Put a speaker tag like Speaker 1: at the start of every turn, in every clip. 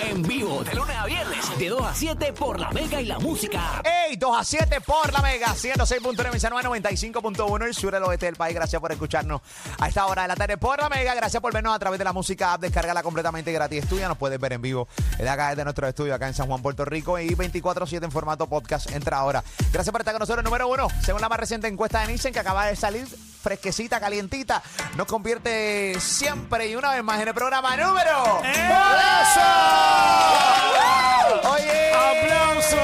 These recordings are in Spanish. Speaker 1: En vivo, de lunes a viernes, de 2 a 7 por la Mega y la Música.
Speaker 2: ¡Ey! 2 a 7 por la Mega, 106.9 Manzano, 95.1 el sur, el oeste del país. Gracias por escucharnos a esta hora de la tarde por la Mega. Gracias por vernos a través de la música app. Descargala completamente gratis. Tuya nos puedes ver en vivo en acá desde nuestro estudio acá en San Juan, Puerto Rico. Y 24-7 en formato podcast. Entra ahora. Gracias por estar con nosotros. Número uno, según la más reciente encuesta de Nielsen que acaba de salir fresquecita, calientita, nos convierte siempre y una vez más en el programa número. ¡Eso! ¡Oye!
Speaker 3: ¡Aplauso!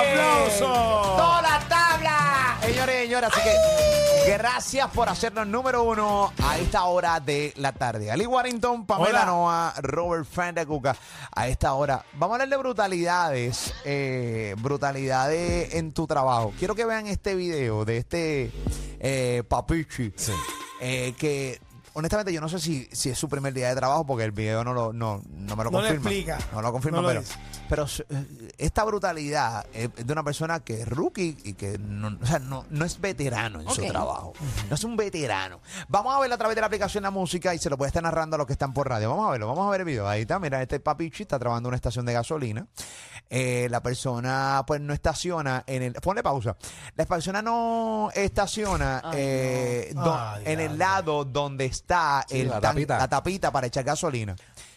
Speaker 3: ¡Aplauso!
Speaker 2: ¡Toda la tabla! Señores y señoras, así que gracias por hacernos número uno a esta hora de la tarde. Ali Warrington, Pamela
Speaker 3: Hola.
Speaker 2: Noa, Robert Fandacuca, a esta hora. Vamos a hablar de brutalidades, eh, brutalidades en tu trabajo. Quiero que vean este video de este eh, papichi. eh, que... Honestamente, yo no sé si, si es su primer día de trabajo porque el video no, lo, no, no me lo
Speaker 3: No le
Speaker 2: confirma.
Speaker 3: explica.
Speaker 2: No lo confirma,
Speaker 3: No lo
Speaker 2: pero,
Speaker 3: dice.
Speaker 2: pero eh, esta brutalidad es es de una persona que es rookie y que no, o sea, no, no es veterano en
Speaker 4: Ok.
Speaker 2: su trabajo. No es un veterano. Vamos a verlo a través de la aplicación La Música y se lo puede estar narrando a los que están por radio. Vamos a verlo, vamos a ver el video. Ahí está, mira, este papichi está trabajando en una estación de gasolina. Eh, la persona, pues, no estaciona en el... Ponle pausa. La persona no estaciona eh, do-
Speaker 3: Ay,
Speaker 2: en el lado donde está
Speaker 5: Sí,
Speaker 2: el
Speaker 5: la
Speaker 2: tan-
Speaker 5: tapita.
Speaker 2: la tapita para echar gasolina.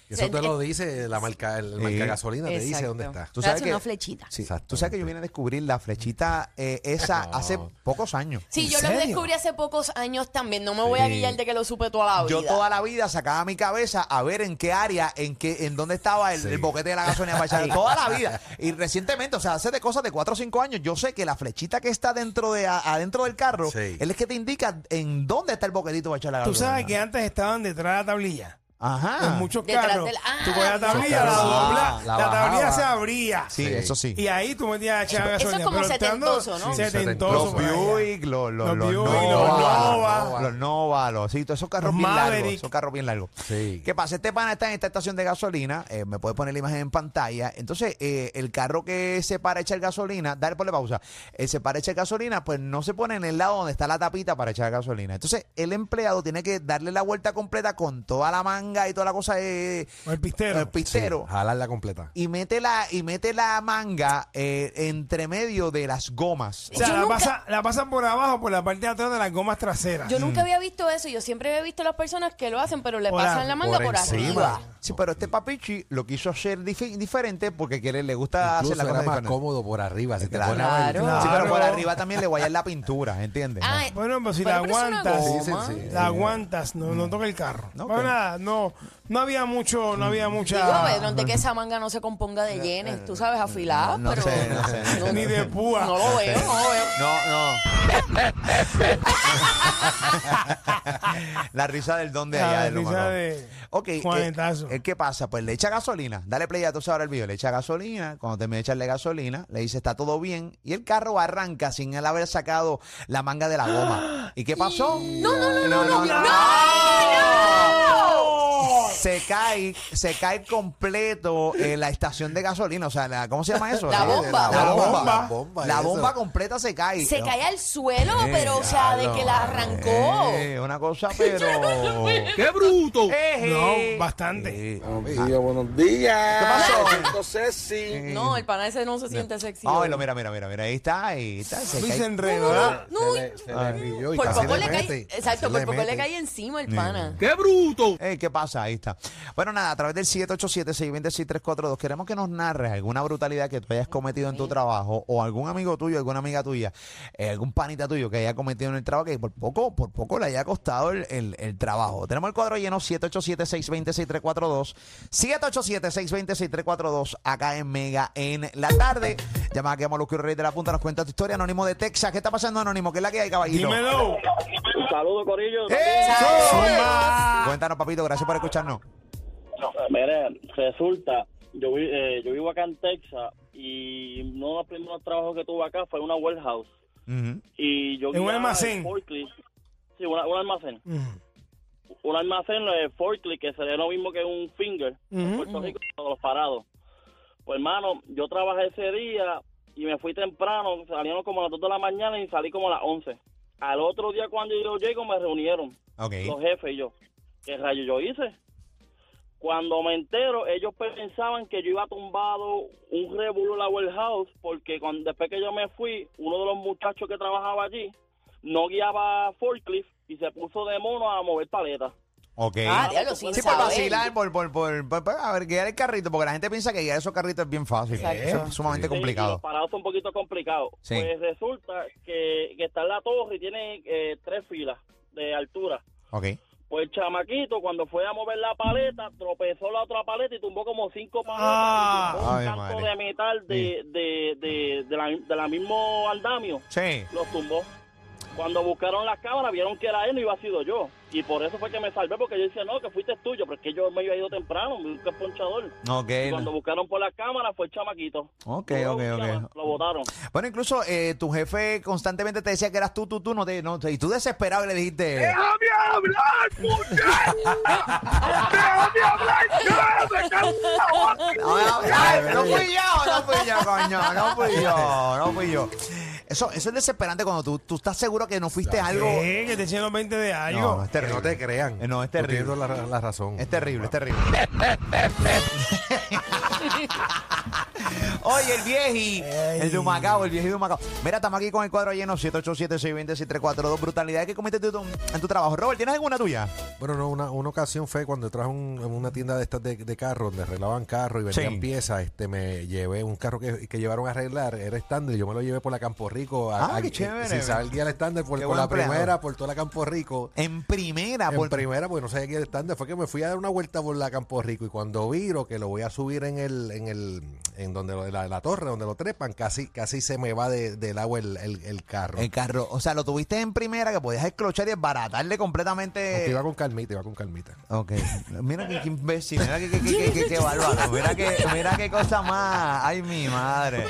Speaker 5: Y Eso te lo dice la marca, el marca
Speaker 2: Sí.
Speaker 5: gasolina, te dice dónde está.
Speaker 2: Tú sabes
Speaker 4: Hace
Speaker 2: que-
Speaker 4: una flechita.
Speaker 2: Sí. Tú sabes que yo vine a descubrir la flechita eh, esa
Speaker 5: No.
Speaker 2: hace pocos años.
Speaker 6: Sí,
Speaker 5: ¿En
Speaker 6: yo lo
Speaker 5: serio?
Speaker 6: descubrí hace pocos años también. No me voy a
Speaker 5: Sí.
Speaker 6: guiar de que lo supe toda la vida.
Speaker 2: Yo toda la vida sacaba mi cabeza a ver en qué área, en qué, en dónde estaba el,
Speaker 5: Sí.
Speaker 2: el boquete de la gasolina para echar. Toda la vida. Y recientemente, o sea, hace de cosas de 4 o 5 años, yo sé que la flechita que está dentro de a- adentro del carro,
Speaker 5: Sí.
Speaker 2: él es que te indica en dónde está el boquetito para echar la
Speaker 3: Tú
Speaker 2: gasolina.
Speaker 3: sabes que antes estaban detrás de la tablilla.
Speaker 2: Ajá.
Speaker 3: En muchos
Speaker 6: Ah, Detrás
Speaker 3: carros.
Speaker 6: del- ah,
Speaker 3: tú ponías la tablilla, la
Speaker 2: claro.
Speaker 3: dobla,
Speaker 2: Ah, la
Speaker 3: la,
Speaker 2: bajaba.
Speaker 3: tablilla se abría.
Speaker 2: Sí, eso sí.
Speaker 3: Y ahí tú metías a echar
Speaker 6: Eso es
Speaker 3: gasolina.
Speaker 6: como
Speaker 3: pero estando-
Speaker 6: setentoso, ¿no?
Speaker 5: Sí,
Speaker 3: setentoso.
Speaker 2: los
Speaker 5: setentoso.
Speaker 3: por allá.
Speaker 2: Buick, los, los,
Speaker 3: Los
Speaker 2: los
Speaker 3: Buick,
Speaker 5: los
Speaker 2: Nova,
Speaker 5: Nova.
Speaker 2: los Nova, los sí, todos esos carros
Speaker 3: Los
Speaker 2: bien largos,
Speaker 3: Maverick.
Speaker 2: esos carros bien largos.
Speaker 5: Sí.
Speaker 2: Que pasa, este pana está en esta estación de gasolina, eh, me puede poner la imagen en pantalla. Entonces, eh, el carro que se para echar gasolina, dale por la pausa, eh, se para echar gasolina, pues no se pone en el lado donde está la tapita para echar gasolina. Entonces, el empleado tiene que darle la vuelta completa con toda la manga y toda la cosa, eh,
Speaker 3: Con el pistero.
Speaker 2: el pistero.
Speaker 5: Sí, jalarla completa.
Speaker 2: Y mete la, y mete la manga eh, entre medio de las gomas.
Speaker 3: O sea,
Speaker 6: Yo
Speaker 3: la,
Speaker 6: nunca-
Speaker 3: pasa- la pasan por abajo, por la parte de atrás de las gomas traseras.
Speaker 6: Yo nunca había visto eso. Yo siempre había visto a las personas que lo hacen, pero le
Speaker 3: Mm. Por
Speaker 6: pasan
Speaker 3: a-
Speaker 6: la manga por, arriba.
Speaker 2: Sí, pero este papichi lo quiso hacer difi- diferente porque que le, le gusta hacer
Speaker 5: Incluso
Speaker 2: la
Speaker 5: era
Speaker 2: cosa
Speaker 5: más
Speaker 2: diferente.
Speaker 5: cómodo por arriba. Si te
Speaker 2: Claro.
Speaker 5: pones a ver.
Speaker 6: Claro.
Speaker 2: Sí, pero por
Speaker 3: Claro.
Speaker 2: arriba también le guayas la pintura, ¿entiendes?
Speaker 6: Ah,
Speaker 3: Bueno, pero si
Speaker 6: Bueno,
Speaker 3: la
Speaker 6: pero es una
Speaker 3: aguantas,
Speaker 5: goma. Sí, sí, sí.
Speaker 3: la aguantas, no, no toca el carro.
Speaker 2: Ok.
Speaker 3: Pero nada, no, no había mucho, no
Speaker 6: Mm.
Speaker 3: había mucha...
Speaker 6: digo, Pedro, antes que esa manga no se componga de yenes, tú sabes, afilada,
Speaker 2: no
Speaker 6: pero
Speaker 2: sé, no sé, no sé.
Speaker 3: Ni de púa.
Speaker 6: no lo veo, no lo veo.
Speaker 2: No, no. la risa del don de
Speaker 3: La
Speaker 2: allá del
Speaker 3: risa
Speaker 2: humano.
Speaker 3: de
Speaker 2: Ok,
Speaker 3: Juanetazo.
Speaker 2: eh, eh, ¿qué pasa? Pues le echa gasolina. Dale play a tú ahora el video. Le echa gasolina. Cuando termina de echarle gasolina, le dice está todo bien. Y el carro arranca sin él haber sacado la manga de la goma. ¿Y qué pasó? No, no, no, no, no. Se cae, se cae completo eh, la estación de gasolina. O sea, la- ¿cómo se llama eso?
Speaker 6: La bomba.
Speaker 2: La,
Speaker 5: La
Speaker 2: bomba.
Speaker 5: bomba.
Speaker 2: La bomba, completa se cae. Eh,
Speaker 6: Se cae al suelo, pero o sea, de que la arrancó.
Speaker 2: Eh, una cosa, pero.
Speaker 1: ¡Qué bruto!
Speaker 3: No, bastante.
Speaker 2: Eh,
Speaker 7: Sí, buenos días.
Speaker 2: ¿Qué pasó?
Speaker 7: Entonces sí.
Speaker 6: No, el pana ese no se siente sexy.
Speaker 2: Ay, lo mira, mira, mira, mira. Ahí está, ahí está. Se
Speaker 3: Luis
Speaker 2: cae.
Speaker 3: enredo, ¿verdad?
Speaker 6: No,
Speaker 5: Se le- se le brilló y
Speaker 6: por
Speaker 5: casi
Speaker 6: poco le
Speaker 5: mete,
Speaker 6: cae, exacto,
Speaker 5: casi
Speaker 6: por poco le
Speaker 5: mete.
Speaker 6: cae encima el pana.
Speaker 1: ¡Qué bruto!
Speaker 2: Eh, ¿Qué pasa? Ahí está.
Speaker 7: ayuda. Bueno, nada, a través del 787-620-6342 queremos que nos narres alguna brutalidad que tú hayas cometido en tu trabajo o algún amigo tuyo, alguna amiga tuya, eh, algún panita tuyo que haya cometido en el trabajo que por poco, por poco le haya costado el, el- el trabajo. Tenemos el cuadro lleno 787-620-6342, 787-620-6342 acá en Mega en la tarde. Llamada que Molusco y Rey de la Punta nos cuenta tu historia. Anónimo de Texas, ¿qué está pasando, Anónimo? ¿Qué es la que hay, caballito?
Speaker 3: Dímelo.
Speaker 2: Un saludo, Corillo.
Speaker 7: Cuéntanos, papito, gracias por escucharnos.
Speaker 2: Mira, resulta, yo, vi- eh, yo vivo acá en Texas y uno de los primeros trabajos que tuve acá fue en una warehouse.
Speaker 7: Ujú.
Speaker 2: Y yo
Speaker 3: ¿En un
Speaker 2: guiaba el
Speaker 3: almacén?
Speaker 2: forklift. Sí, una- un almacén. Un almacén de forklift que sería lo mismo que un finger en Puerto Rico, los parados. Pues, hermano, yo trabajé ese día y me fui temprano, salieron como a las 2 de la mañana y salí como a las 11. Al otro día cuando yo llego me reunieron.
Speaker 7: Ok.
Speaker 2: los jefes y yo. ¿Qué rayo yo hice? Cuando me entero, ellos pensaban que yo iba tumbado un revuelo en la warehouse porque cuando, después que yo me fui, uno de los muchachos que trabajaba allí no guiaba forklift y se puso de mono a mover paletas.
Speaker 7: Ok.
Speaker 6: Ah, diablo, sin
Speaker 7: Sí, por
Speaker 6: saber.
Speaker 7: vacilar, por, por, por, por- por- a ver, guiar el carrito, porque la gente piensa que guiar esos carritos es bien fácil. Eso es sumamente
Speaker 2: Sí, y
Speaker 7: complicado.
Speaker 2: los parados son un poquito complicados.
Speaker 7: Sí.
Speaker 2: Pues resulta que, que está en la torre y tiene eh, tres filas de altura.
Speaker 7: Ok.
Speaker 2: Pues el chamaquito, cuando fue a mover la paleta, tropezó la otra paleta y tumbó como cinco paletas.
Speaker 3: Ah.
Speaker 2: y tumbó un
Speaker 7: Ay,
Speaker 2: canto
Speaker 7: madre.
Speaker 2: de metal de, de, de, de la, de la mismo andamio,
Speaker 7: Sí.
Speaker 2: los tumbó. Cuando buscaron las cámaras, vieron que era él, no iba a sido yo. Y por eso fue que me salvé, porque yo decía, no, que fuiste tuyo, pero es que yo me había ido temprano, me busqué ponchador.
Speaker 7: Ok.
Speaker 2: Y cuando buscaron por las cámaras, fue el chamaquito.
Speaker 7: Ok,
Speaker 2: Lo
Speaker 7: ok,
Speaker 2: buscaban,
Speaker 7: ok.
Speaker 2: Lo votaron.
Speaker 7: Bueno, incluso eh, tu jefe constantemente te decía que eras tú, tú, tú, no te, no te- y tú desesperado y le dijiste.
Speaker 2: ¡Déjame hablar,
Speaker 7: No, no, no, no fui yo, no fui yo, coño, no fui yo, no fui yo. Eso, eso es desesperante cuando tú, tú estás seguro que no fuiste algo.
Speaker 3: ¿Qué? Que te hicieron 20 de algo.
Speaker 7: No, es
Speaker 8: Que
Speaker 7: terrible.
Speaker 8: no te crean.
Speaker 7: Eh, No, es
Speaker 8: Tú tienes
Speaker 7: terrible.
Speaker 8: toda la, la razón.
Speaker 7: Es terrible, es terrible. Oye, el vieji, el de Humacao, el vieji de Humacao. Mira, estamos aquí con el cuadro lleno 787-620-6342. Brutalidad que cometiste tú en tu trabajo. Robert, ¿tienes alguna tuya?
Speaker 8: Bueno, no, una, una ocasión fue cuando traje un, en una tienda de estas de, de carros, donde arreglaban carros y vendían
Speaker 7: Sí.
Speaker 8: piezas. Este, me llevé un carro que, que llevaron a arreglar, era estándar, y yo me lo llevé por la Campo Rico. a-
Speaker 7: Ah,
Speaker 8: a- eh,
Speaker 7: qué chévere.
Speaker 8: Sin saber guiar estándar, por,
Speaker 7: Qué
Speaker 8: por
Speaker 7: buen
Speaker 8: la
Speaker 7: empleado.
Speaker 8: primera, por toda la Campo Rico.
Speaker 7: En primera,
Speaker 8: En
Speaker 7: por
Speaker 8: primera, porque no sabía que era estándar, fue que me fui a dar una vuelta por la Campo Rico y cuando viro que lo voy a subir en el, en el, en donde lo- la, la torre, donde lo trepan, casi, casi se me va de- del agua el, el- el carro.
Speaker 7: el carro. O sea, lo tuviste en primera que podías esclochar y esbaratarle
Speaker 8: Aunque
Speaker 7: completamente.
Speaker 8: iba con calmita, iba con calmita.
Speaker 7: Ok, mira que, que imbécil, mira que, que, que, que- que- que bárbaro, mira que, mira qué cosa más, ay mi madre.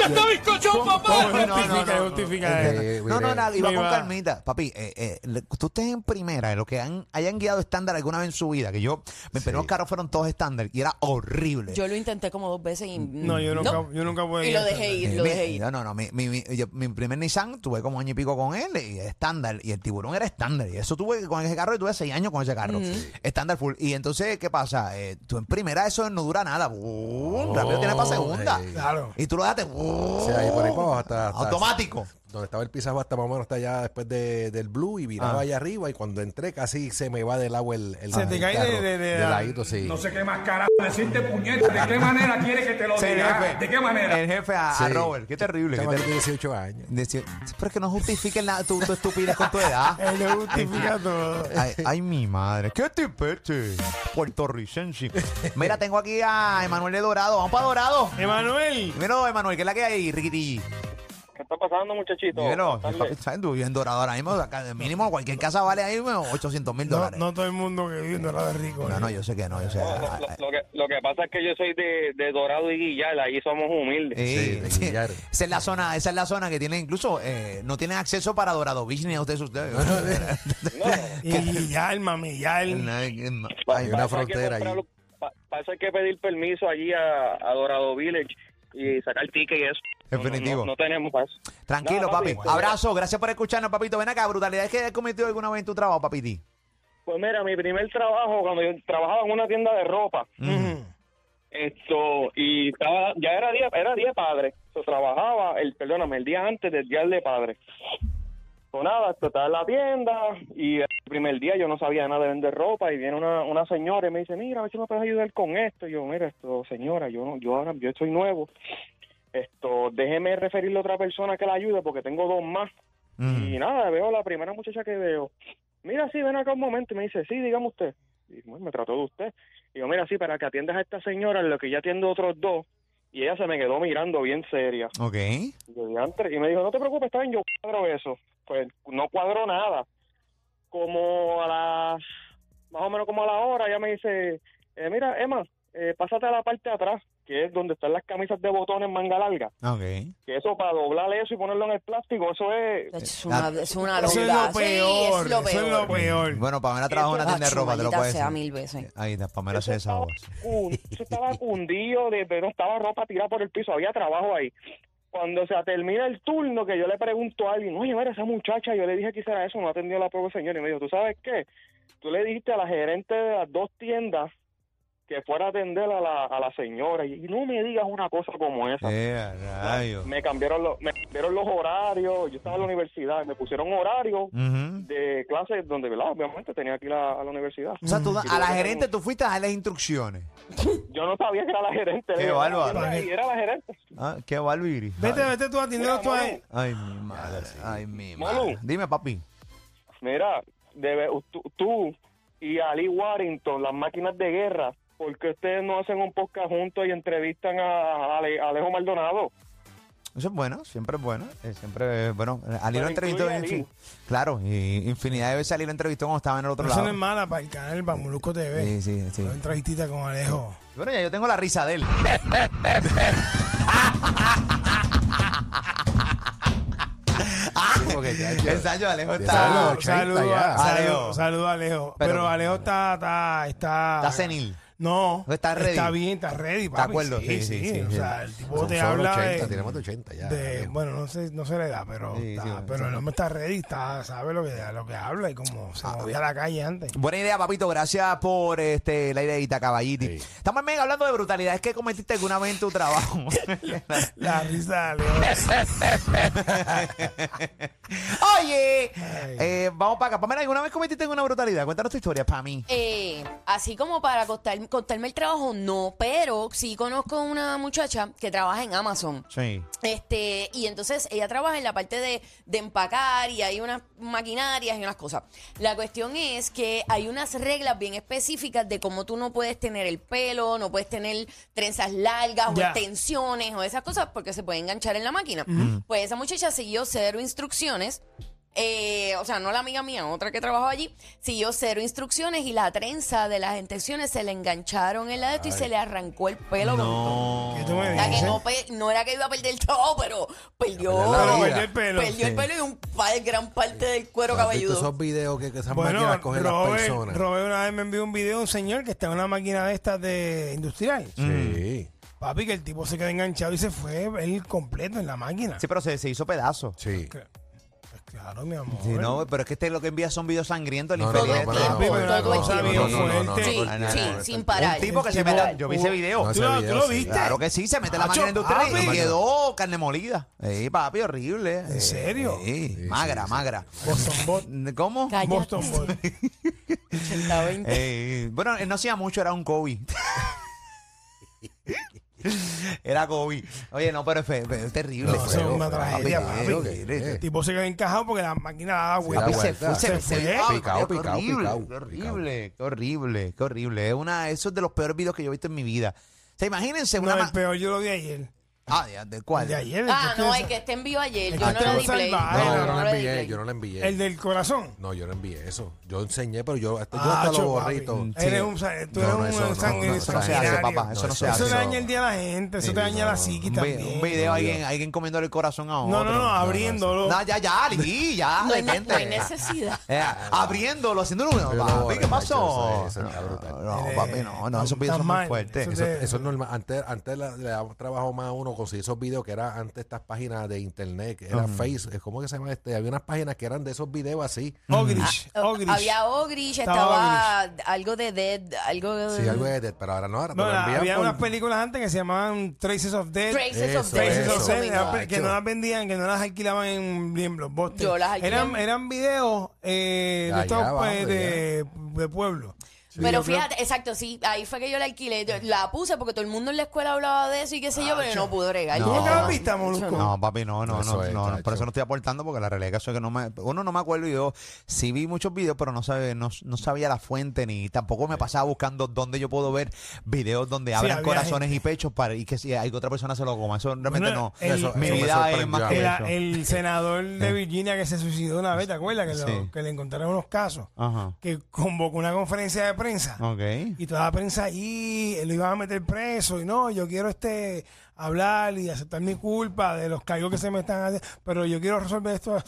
Speaker 3: ¿Cómo
Speaker 7: No, no,
Speaker 3: justifica,
Speaker 7: no, no.
Speaker 3: justifica?
Speaker 8: Eh,
Speaker 7: No, no, nada, iba
Speaker 3: Ahí
Speaker 7: con
Speaker 3: va.
Speaker 7: calmita. Papi, eh, eh, le- tú estés en primera, de los que han, hayan guiado estándar alguna vez en su vida, que yo, mis primeros carros fueron todos estándar y era horrible.
Speaker 6: Yo lo intenté como dos veces y.
Speaker 3: No, yo nunca, yo nunca pude.
Speaker 6: Y lo
Speaker 3: ir.
Speaker 6: dejé
Speaker 7: Eh,
Speaker 6: ir, lo
Speaker 7: mi-
Speaker 6: dejé ir.
Speaker 7: No, no, no. Mi, mi- mi- yo- mi primer Nissan tuve como año y pico con él y era estándar. Y el tiburón era estándar. Y eso tuve con ese carro y tuve seis años con ese carro. Estándar full. Y entonces, ¿qué pasa? Eh, tú en primera eso no dura nada. Boom, rápido tienes para segunda.
Speaker 8: eh.
Speaker 3: Claro.
Speaker 7: Y tú lo dejaste. boom,
Speaker 8: O sea, Oh, ahí por ahí para abajo
Speaker 7: Ah,
Speaker 8: hasta, hasta-
Speaker 7: automático.
Speaker 8: Donde estaba el pisajo hasta más o menos hasta allá después de- del blue y viraba
Speaker 7: Ah.
Speaker 8: allá arriba y cuando entré casi se me va del agua el, el
Speaker 3: Se
Speaker 8: el
Speaker 3: te cae
Speaker 8: carro
Speaker 3: de, de, de-
Speaker 8: ladito, sí.
Speaker 5: No sé qué más carajo decirte, puñeta. ¿De qué manera quiere que te lo
Speaker 7: Sí, el
Speaker 5: diga?
Speaker 7: jefe.
Speaker 5: ¿De qué manera?
Speaker 7: El jefe a, a
Speaker 8: Sí.
Speaker 7: Robert. Qué terrible. Qué
Speaker 8: Chamaco
Speaker 7: terrible.
Speaker 8: tiene 18 años.
Speaker 7: Decir, pero es que no justifiquen la, tu, tu estupidez con tu edad.
Speaker 3: Él lo justifica todo.
Speaker 7: Ay, ay, mi madre. ¿Qué tipete? Puertorricense. Mira, tengo aquí a Emanuel de Dorado. Vamos para Dorado.
Speaker 3: Emanuel.
Speaker 7: Dímelo, Emanuel, ¿qué es la que hay, Riquiti?
Speaker 2: ¿Qué está pasando, muchachito?
Speaker 7: Dímelo.
Speaker 2: Buenas tardes.
Speaker 7: ¿Sabes tú? Yo en Dorado ahora mismo, acá, mínimo cualquier casa vale ahí bueno, 800 mil
Speaker 3: No,
Speaker 7: dólares.
Speaker 3: no todo el mundo que vive en Dorado es rico.
Speaker 7: No,
Speaker 3: ¿eh?
Speaker 7: no, yo sé que no, yo sé.
Speaker 2: No,
Speaker 7: ah,
Speaker 2: lo,
Speaker 7: ah,
Speaker 2: lo- lo que, lo que pasa es que yo soy de, de Dorado y Guillar, ahí somos humildes.
Speaker 7: eh,
Speaker 8: de
Speaker 7: sí.
Speaker 8: Guillar.
Speaker 7: esa es la zona, esa es la zona que tienen incluso, eh, no tienen acceso para Dorado Beach ni a ustedes ustedes.
Speaker 3: eh. Y Guillermo, Miguel.
Speaker 8: Hay una
Speaker 2: Para eso que
Speaker 8: frontera ahí.
Speaker 2: comprar los- pa- Para eso hay que pedir permiso allí a, a Dorado Village y sacar ticket y eso. No, no,
Speaker 7: Definitivo.
Speaker 2: No, no tenemos paz.
Speaker 7: Tranquilo,
Speaker 2: Nada,
Speaker 7: papi.
Speaker 2: papi.
Speaker 7: Abrazo, gracias por escucharnos, papito. Ven acá, brutalidades que has cometido alguna vez en tu trabajo, papiti.
Speaker 2: Pues mira, mi primer trabajo, cuando yo trabajaba en una tienda de ropa, esto, y estaba, ya era día, era día padre. Yo trabajaba, el, perdóname, el día antes del día de padre.
Speaker 3: Pues nada, esto estaba en la tienda y el primer día yo no sabía nada de vender ropa y viene una, una señora y me dice, mira, a ver si me puedes ayudar con esto. Y yo, mira, esto, señora, yo no- yo ahora, yo soy nuevo. Esto, déjeme referirle a otra persona que la ayude porque tengo dos más.
Speaker 7: Mm.
Speaker 3: Y nada, veo la primera muchacha que veo. Mira, sí, ven acá un momento. Y me dice, sí, dígame usted. Y bueno, me trató de usted. Y yo, mira, sí, para que atiendas a esta señora, en lo que ya atiendo a otros dos. Y ella se me quedó mirando bien seria.
Speaker 7: Ok.
Speaker 3: Y yo, "Diantre". Y me dijo, no te preocupes, está bien, yo cuadro eso. Pues no cuadro nada. Como a las, más o menos como a la hora, ella me dice, "Eh, mira, Emma, eh, pásate a la parte de atrás, que es donde están las camisas de botones manga larga.
Speaker 7: Ok.
Speaker 3: Que eso para doblar eso y ponerlo en el plástico, eso es...
Speaker 7: eh,
Speaker 6: Es una, es una
Speaker 3: Eso es
Speaker 6: loca.
Speaker 3: lo
Speaker 6: Sí,
Speaker 3: peor,
Speaker 6: es lo
Speaker 3: eso es lo
Speaker 6: peor.
Speaker 7: Bueno, Pamela trabajó en una tienda de
Speaker 6: Ah,
Speaker 7: ropa, te lo
Speaker 6: maldita
Speaker 7: puedes
Speaker 6: sea,
Speaker 7: decir.
Speaker 6: mil veces.
Speaker 7: Ahí está, Pamela se desahogó.
Speaker 3: cun- eso estaba cundido, de, pero estaba ropa tirada por el piso, había trabajo ahí. Cuando se termina el turno, que yo le pregunto a alguien, oye, mira, esa muchacha, yo le dije que hiciera eso, no atendió la propia señora, y me dijo, ¿tú sabes qué? Tú le dijiste a la gerente de las dos tiendas que fuera a atender a la, a la señora, y, y no me digas una cosa como esa.
Speaker 7: Eh, rayo.
Speaker 3: Me cambiaron, los, me cambiaron los horarios, yo estaba en la universidad, y me pusieron horario de clases donde, ¿verdad? Obviamente tenía que ir a, a la universidad.
Speaker 7: O sea, tú,
Speaker 3: Y
Speaker 7: a
Speaker 3: luego
Speaker 7: la
Speaker 3: me
Speaker 7: gerente tú fuiste a darle instrucciones.
Speaker 3: yo no sabía que era la gerente.
Speaker 7: Qué
Speaker 3: Era-
Speaker 7: bárbaro.
Speaker 3: Era, era la gerente.
Speaker 7: Ah, qué bárbaro, Iris.
Speaker 2: Vete,
Speaker 7: Ay,
Speaker 2: vete tú atendiendo tú ahí.
Speaker 7: Ay, mi madre. Ay, mi
Speaker 3: Manu.
Speaker 7: madre. Dime, papi.
Speaker 3: Mira, debe, tú, tú y Ali Warrington, las máquinas de guerra, ¿por qué ustedes no hacen un podcast juntos y entrevistan a, a Ale- a Alejo Maldonado?
Speaker 7: Eso es bueno, siempre es bueno. eh, siempre, eh, bueno, eh, Ali lo
Speaker 3: Bueno,
Speaker 7: entrevistó.
Speaker 3: incluye a
Speaker 7: infin-
Speaker 3: Ali.
Speaker 7: Claro, y infinidad de veces Ali lo entrevistó cuando estaba en el otro
Speaker 2: Eso no
Speaker 7: lado.
Speaker 2: es mala para el canal Bamuluco TV.
Speaker 7: Sí, sí, sí.
Speaker 2: Una entrevistita con Alejo.
Speaker 7: Bueno, ya yo tengo la risa de él.
Speaker 5: Porque ya- ya-
Speaker 7: Ensayo, Alejo
Speaker 5: ya
Speaker 7: está.
Speaker 5: son los
Speaker 2: Saludos,
Speaker 5: 80
Speaker 2: saludos,
Speaker 5: ya.
Speaker 7: Alejo.
Speaker 2: saludo, saludo, Alejo.
Speaker 7: Pero-
Speaker 2: Pero, Alejo está, está, está.
Speaker 7: Está senil.
Speaker 2: No,
Speaker 7: Está ready.
Speaker 2: bien, está ready. Papi.
Speaker 7: acuerdo?
Speaker 2: Sí, sí, sí, O
Speaker 7: sí.
Speaker 2: sea, el tipo
Speaker 5: Son-
Speaker 2: te
Speaker 5: son
Speaker 2: habla
Speaker 5: 80,
Speaker 2: de-
Speaker 5: tiene más de 80 ya.
Speaker 2: de-
Speaker 5: Alejo.
Speaker 2: bueno, no sé, no se le da, pero,
Speaker 7: Sí,
Speaker 2: está-
Speaker 7: sí, bueno,
Speaker 2: pero el hombre está ready, está, sabe lo que, lo que habla y como se movía a la calle antes.
Speaker 7: Buena idea, papito. Gracias por este, la ideita, caballiti.
Speaker 5: Sí.
Speaker 7: Estamos en mega hablando de brutalidades que cometiste alguna vez en tu trabajo.
Speaker 2: La risa de
Speaker 7: Oye,
Speaker 2: Ay.
Speaker 7: eh, vamos para acá. Pamela, ¿alguna vez cometiste alguna brutalidad? Cuéntanos tu historia, para mí.
Speaker 6: Eh, así como para costar- contarme el trabajo, no, pero sí conozco una muchacha que trabaja en Amazon.
Speaker 7: Sí.
Speaker 6: Este, y entonces ella trabaja en la parte de, de empacar y hay unas maquinarias y unas cosas. La cuestión es que hay unas reglas bien específicas de cómo tú no puedes tener el pelo, no puedes tener trenzas largas o
Speaker 2: Ya.
Speaker 6: extensiones o esas cosas porque se puede enganchar en la máquina. Pues esa muchacha siguió cero instrucciones. eh, o sea, no la amiga mía, otra que trabajaba allí, siguió cero instrucciones y la trenza de las extensiones se le engancharon en la de esto y se le arrancó el pelo. montón.
Speaker 2: ¿Qué tú me
Speaker 6: O sea, que
Speaker 2: dices?
Speaker 6: no, pe- no era que iba a perder el trabajo, pero perdió,
Speaker 5: Pero
Speaker 2: perdió el pelo.
Speaker 6: Perdió el
Speaker 5: Sí.
Speaker 6: pelo y un par, gran parte del cuero
Speaker 5: ¿Has visto
Speaker 6: cabelludo.
Speaker 5: esos videos que, que esas
Speaker 2: Bueno,
Speaker 5: máquinas cogen las
Speaker 2: Robert,
Speaker 5: personas?
Speaker 2: Robert una vez me envió un video de un señor que está en una máquina de estas de industrial.
Speaker 5: Mm. Sí,
Speaker 2: Papi, que el tipo se quedó enganchado y se fue él completo en la máquina.
Speaker 7: Sí, pero se, se hizo pedazo.
Speaker 5: sí.
Speaker 2: Pues claro, mi amor.
Speaker 7: Sí, no, pero es que este lo que envía son videos sangrientos, el
Speaker 5: No, no,
Speaker 7: infeliz
Speaker 5: no,
Speaker 7: este.
Speaker 5: pero no.
Speaker 2: Papi, pero una
Speaker 6: Todo el
Speaker 2: cosa
Speaker 6: tiempo.
Speaker 2: bien
Speaker 6: No,
Speaker 5: no, no, no,
Speaker 2: fuerte.
Speaker 5: no,
Speaker 6: Sí,
Speaker 5: no, no,
Speaker 6: sí,
Speaker 5: no, no,
Speaker 6: sin
Speaker 5: no.
Speaker 6: parar.
Speaker 7: Un tipo que se
Speaker 2: tipo-
Speaker 7: mete. Yo vi ese video.
Speaker 5: No,
Speaker 2: ¿Tú
Speaker 5: ese
Speaker 2: lo- tú
Speaker 5: video
Speaker 2: lo
Speaker 5: sí.
Speaker 2: viste?
Speaker 7: Claro que sí, se mete la
Speaker 2: Este, Macho,
Speaker 7: máquina industrial y
Speaker 2: papi.
Speaker 7: quedó carne molida. Sí, papi, horrible. ¿En
Speaker 2: serio?
Speaker 7: magra, magra.
Speaker 2: Boston Bot.
Speaker 7: ¿Cómo?
Speaker 6: Cállate.
Speaker 2: Boston Bot.
Speaker 6: 80-20.
Speaker 7: Eh, bueno, él no hacía mucho, era un Kobe. era Kobe. Oye, no, pero es, fe- fe- es terrible.
Speaker 2: No, eso es una tragedia, papi.
Speaker 7: Papi,
Speaker 2: El tipo se quedó encajado porque la máquina daba
Speaker 7: Papi,
Speaker 2: vuelta.
Speaker 7: se
Speaker 5: vuelta.
Speaker 7: fue,
Speaker 2: Se
Speaker 7: se fue.
Speaker 2: fue.
Speaker 7: Ah,
Speaker 5: Picao,
Speaker 7: qué
Speaker 5: picao,
Speaker 7: horrible,
Speaker 5: picao,
Speaker 7: qué horrible, qué horrible, qué horrible. Es una, eso es de los peores videos que yo he visto en mi vida. O sea, imagínense una...
Speaker 2: No, el
Speaker 7: ma-
Speaker 2: peor yo lo vi ayer.
Speaker 7: Ah, de, de cuál?
Speaker 2: El de ayer. el
Speaker 6: Ah,
Speaker 2: que
Speaker 6: no,
Speaker 2: es-
Speaker 6: el que está en vivo ayer.
Speaker 2: El
Speaker 6: Yo
Speaker 2: que
Speaker 6: no
Speaker 2: te
Speaker 6: le
Speaker 2: lo
Speaker 6: di play.
Speaker 5: No,
Speaker 2: salvaron. Ay,
Speaker 5: yo no
Speaker 6: le
Speaker 5: lo
Speaker 6: di
Speaker 5: envié,
Speaker 6: play.
Speaker 5: yo no lo envié.
Speaker 2: Ah, El del corazón.
Speaker 5: No, yo no envié eso. Yo enseñé, pero yo hasta, yo hasta
Speaker 2: Hacho,
Speaker 5: lo
Speaker 2: Ah, papi.
Speaker 5: borrito.
Speaker 2: Eres un, sa- tú
Speaker 5: No,
Speaker 2: eres
Speaker 5: no, eso no,
Speaker 2: un sangre
Speaker 5: no, eso no se hace,
Speaker 2: sanguinario.
Speaker 7: papá, eso no se
Speaker 2: Eso
Speaker 7: hace.
Speaker 2: daña el día a la gente, eso
Speaker 5: Sí,
Speaker 2: te daña la
Speaker 5: no,
Speaker 2: psiqui
Speaker 7: Un, vi-
Speaker 2: también.
Speaker 7: un video, alguien, alguien comiéndole el corazón a otro.
Speaker 2: No, no, no, abriéndolo.
Speaker 7: No, ya, ya, Ali, ya,
Speaker 6: No hay, ne-
Speaker 7: detente.
Speaker 6: no hay necesidad.
Speaker 7: Eh, abriéndolo, haciéndolo uno.
Speaker 5: Yo lo
Speaker 7: papi,
Speaker 5: borré,
Speaker 7: ¿Qué pasó?
Speaker 5: macho, eso- eso está
Speaker 7: no,
Speaker 5: brutal.
Speaker 7: no,
Speaker 2: Eh,
Speaker 7: papi, no, no, esos
Speaker 2: está
Speaker 7: videos son muy
Speaker 2: mal,
Speaker 7: fuertes.
Speaker 2: eso
Speaker 5: Eso,
Speaker 2: te-
Speaker 5: eso es normal. Antes, antes le, le daba trabajo más a uno o conseguí esos videos que eran antes estas páginas de internet, que era
Speaker 2: Ujú.
Speaker 5: Face, ¿cómo que se llama este? Había unas páginas que eran de esos videos así.
Speaker 3: Ogrish.
Speaker 6: Ah,
Speaker 3: Ogrish.
Speaker 6: Había Ogrish,
Speaker 3: Estaba
Speaker 6: estaba algo de Dead, algo de...
Speaker 5: Sí, algo de Dead, pero ahora no, ahora te
Speaker 3: No,
Speaker 5: lo envían
Speaker 3: había
Speaker 5: por-
Speaker 3: unas películas antes que se llamaban Traces of Death.
Speaker 6: Traces of
Speaker 5: Eso,
Speaker 6: Death.
Speaker 3: Traces of
Speaker 5: eso.
Speaker 3: Death, eran
Speaker 5: Chacho.
Speaker 3: pe- que no las vendían, que no las alquilaban en, en Blockbuster.
Speaker 6: Yo las alquilaba.
Speaker 3: Eran, eran videos eh, de,
Speaker 5: Allá
Speaker 3: estos,
Speaker 5: abajo,
Speaker 3: pues, de, de pueblo.
Speaker 6: Pero
Speaker 3: Yo creo-
Speaker 6: fíjate, exacto, sí, ahí fue que yo la alquilé, yo la puse porque todo el mundo en la escuela hablaba de eso y qué sé yo, pero no pude bregar.
Speaker 3: ¿Tú
Speaker 6: Yo,
Speaker 3: nunca las viste, Molusco?
Speaker 2: No, papi, no, no,
Speaker 5: Eso
Speaker 2: no,
Speaker 5: es,
Speaker 2: no, no,
Speaker 5: chacho.
Speaker 2: por eso no estoy aportando porque la realidad es que no me, uno no me acuerdo y yo sí vi muchos videos, pero no sabe, no, no sabía la fuente ni tampoco me pasaba buscando dónde yo puedo ver videos donde abran
Speaker 3: había
Speaker 2: corazones y pechos para y que si hay que otra persona se lo coma. Eso realmente
Speaker 3: Bueno,
Speaker 2: no.
Speaker 3: el- Eso-
Speaker 2: Mi
Speaker 3: eso me
Speaker 2: vida es
Speaker 5: sorprendió
Speaker 2: más
Speaker 5: a
Speaker 2: que
Speaker 5: mí.
Speaker 3: El,
Speaker 2: Ah, pues eso. Eh.
Speaker 3: el senador de Virginia que se suicidó una vez, ¿te acuerdas? Que, lo-
Speaker 2: Sí.
Speaker 3: que le encontraron unos casos.
Speaker 2: Ajá.
Speaker 3: Que convocó una conferencia de prensa.
Speaker 2: Ok.
Speaker 3: Y toda la prensa ahí, eh, lo iban a meter preso. Y no, yo quiero este hablar y aceptar mi culpa de los cargos que se me están haciendo. Pero yo quiero resolver esto.
Speaker 2: Ok.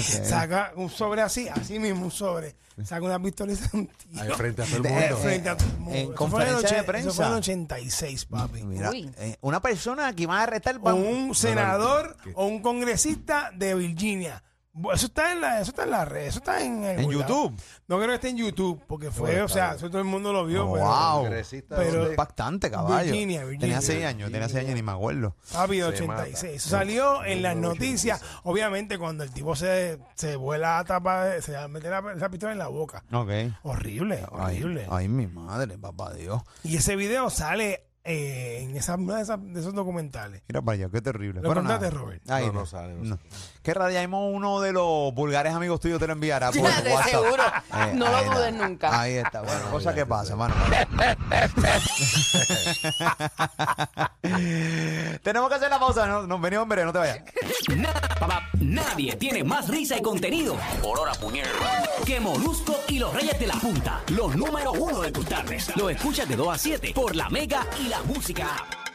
Speaker 3: Saca un sobre así, así mismo un sobre. Saca una pistola y se un tiro
Speaker 5: ahí frente a todo el
Speaker 2: De-
Speaker 5: mundo.
Speaker 3: frente a todo el mundo.
Speaker 2: en
Speaker 3: Eso fue
Speaker 2: conferencia
Speaker 3: el
Speaker 2: de
Speaker 3: ochen-
Speaker 2: prensa.
Speaker 3: Eso fue en el 86, papi.
Speaker 2: Mira,
Speaker 6: Uy.
Speaker 2: eh, una persona que va a arrestar
Speaker 3: O
Speaker 2: pa-
Speaker 3: un senador o un congresista de Virginia. Bu- Eso está en la, eso está en la red, eso está en,
Speaker 2: en
Speaker 3: algún lado.
Speaker 2: YouTube. Pues
Speaker 3: No creo que esté en YouTube, porque fue, o sea, eso todo el mundo lo vio. pero-
Speaker 2: wow.
Speaker 5: Congresista,
Speaker 3: Pero-
Speaker 5: ¿dónde?
Speaker 2: Impactante, caballo.
Speaker 3: Virginia, Virginia.
Speaker 2: Tenía seis años, tenía seis años ni me acuerdo.
Speaker 3: Papi,
Speaker 5: Se mata.
Speaker 3: 86. Salió en las noticias. Obviamente, cuando el tipo se, se vuela a tapar, se mete la, la pistola en la boca.
Speaker 2: Ok.
Speaker 3: Horrible, horrible.
Speaker 2: Ay, ay, mi madre, papá Dios.
Speaker 3: Y ese video sale eh, en esa, una de, esas- de esos documentales.
Speaker 2: Mira para allá, qué terrible.
Speaker 3: Lo contaste, Robert.
Speaker 2: Ay,
Speaker 5: No, no sale, no
Speaker 2: Qué radiamos uno de los vulgares amigos tuyos te lo enviará por
Speaker 6: De
Speaker 2: WhatsApp.
Speaker 6: seguro.
Speaker 2: Eh,
Speaker 6: No lo
Speaker 2: ahí está.
Speaker 6: dudes nunca.
Speaker 2: Ahí está. Bueno, cosa que pasa, mano. Tenemos que hacer la pausa. No, no, vení, hombre, no te vayas.
Speaker 1: Nada, papá, nadie tiene más risa y contenido por hora puñero que Molusco y los Reyes de la Punta, los número uno de tus tardes. Lo escuchas de 2 a 7 por la Mega y la Música. App.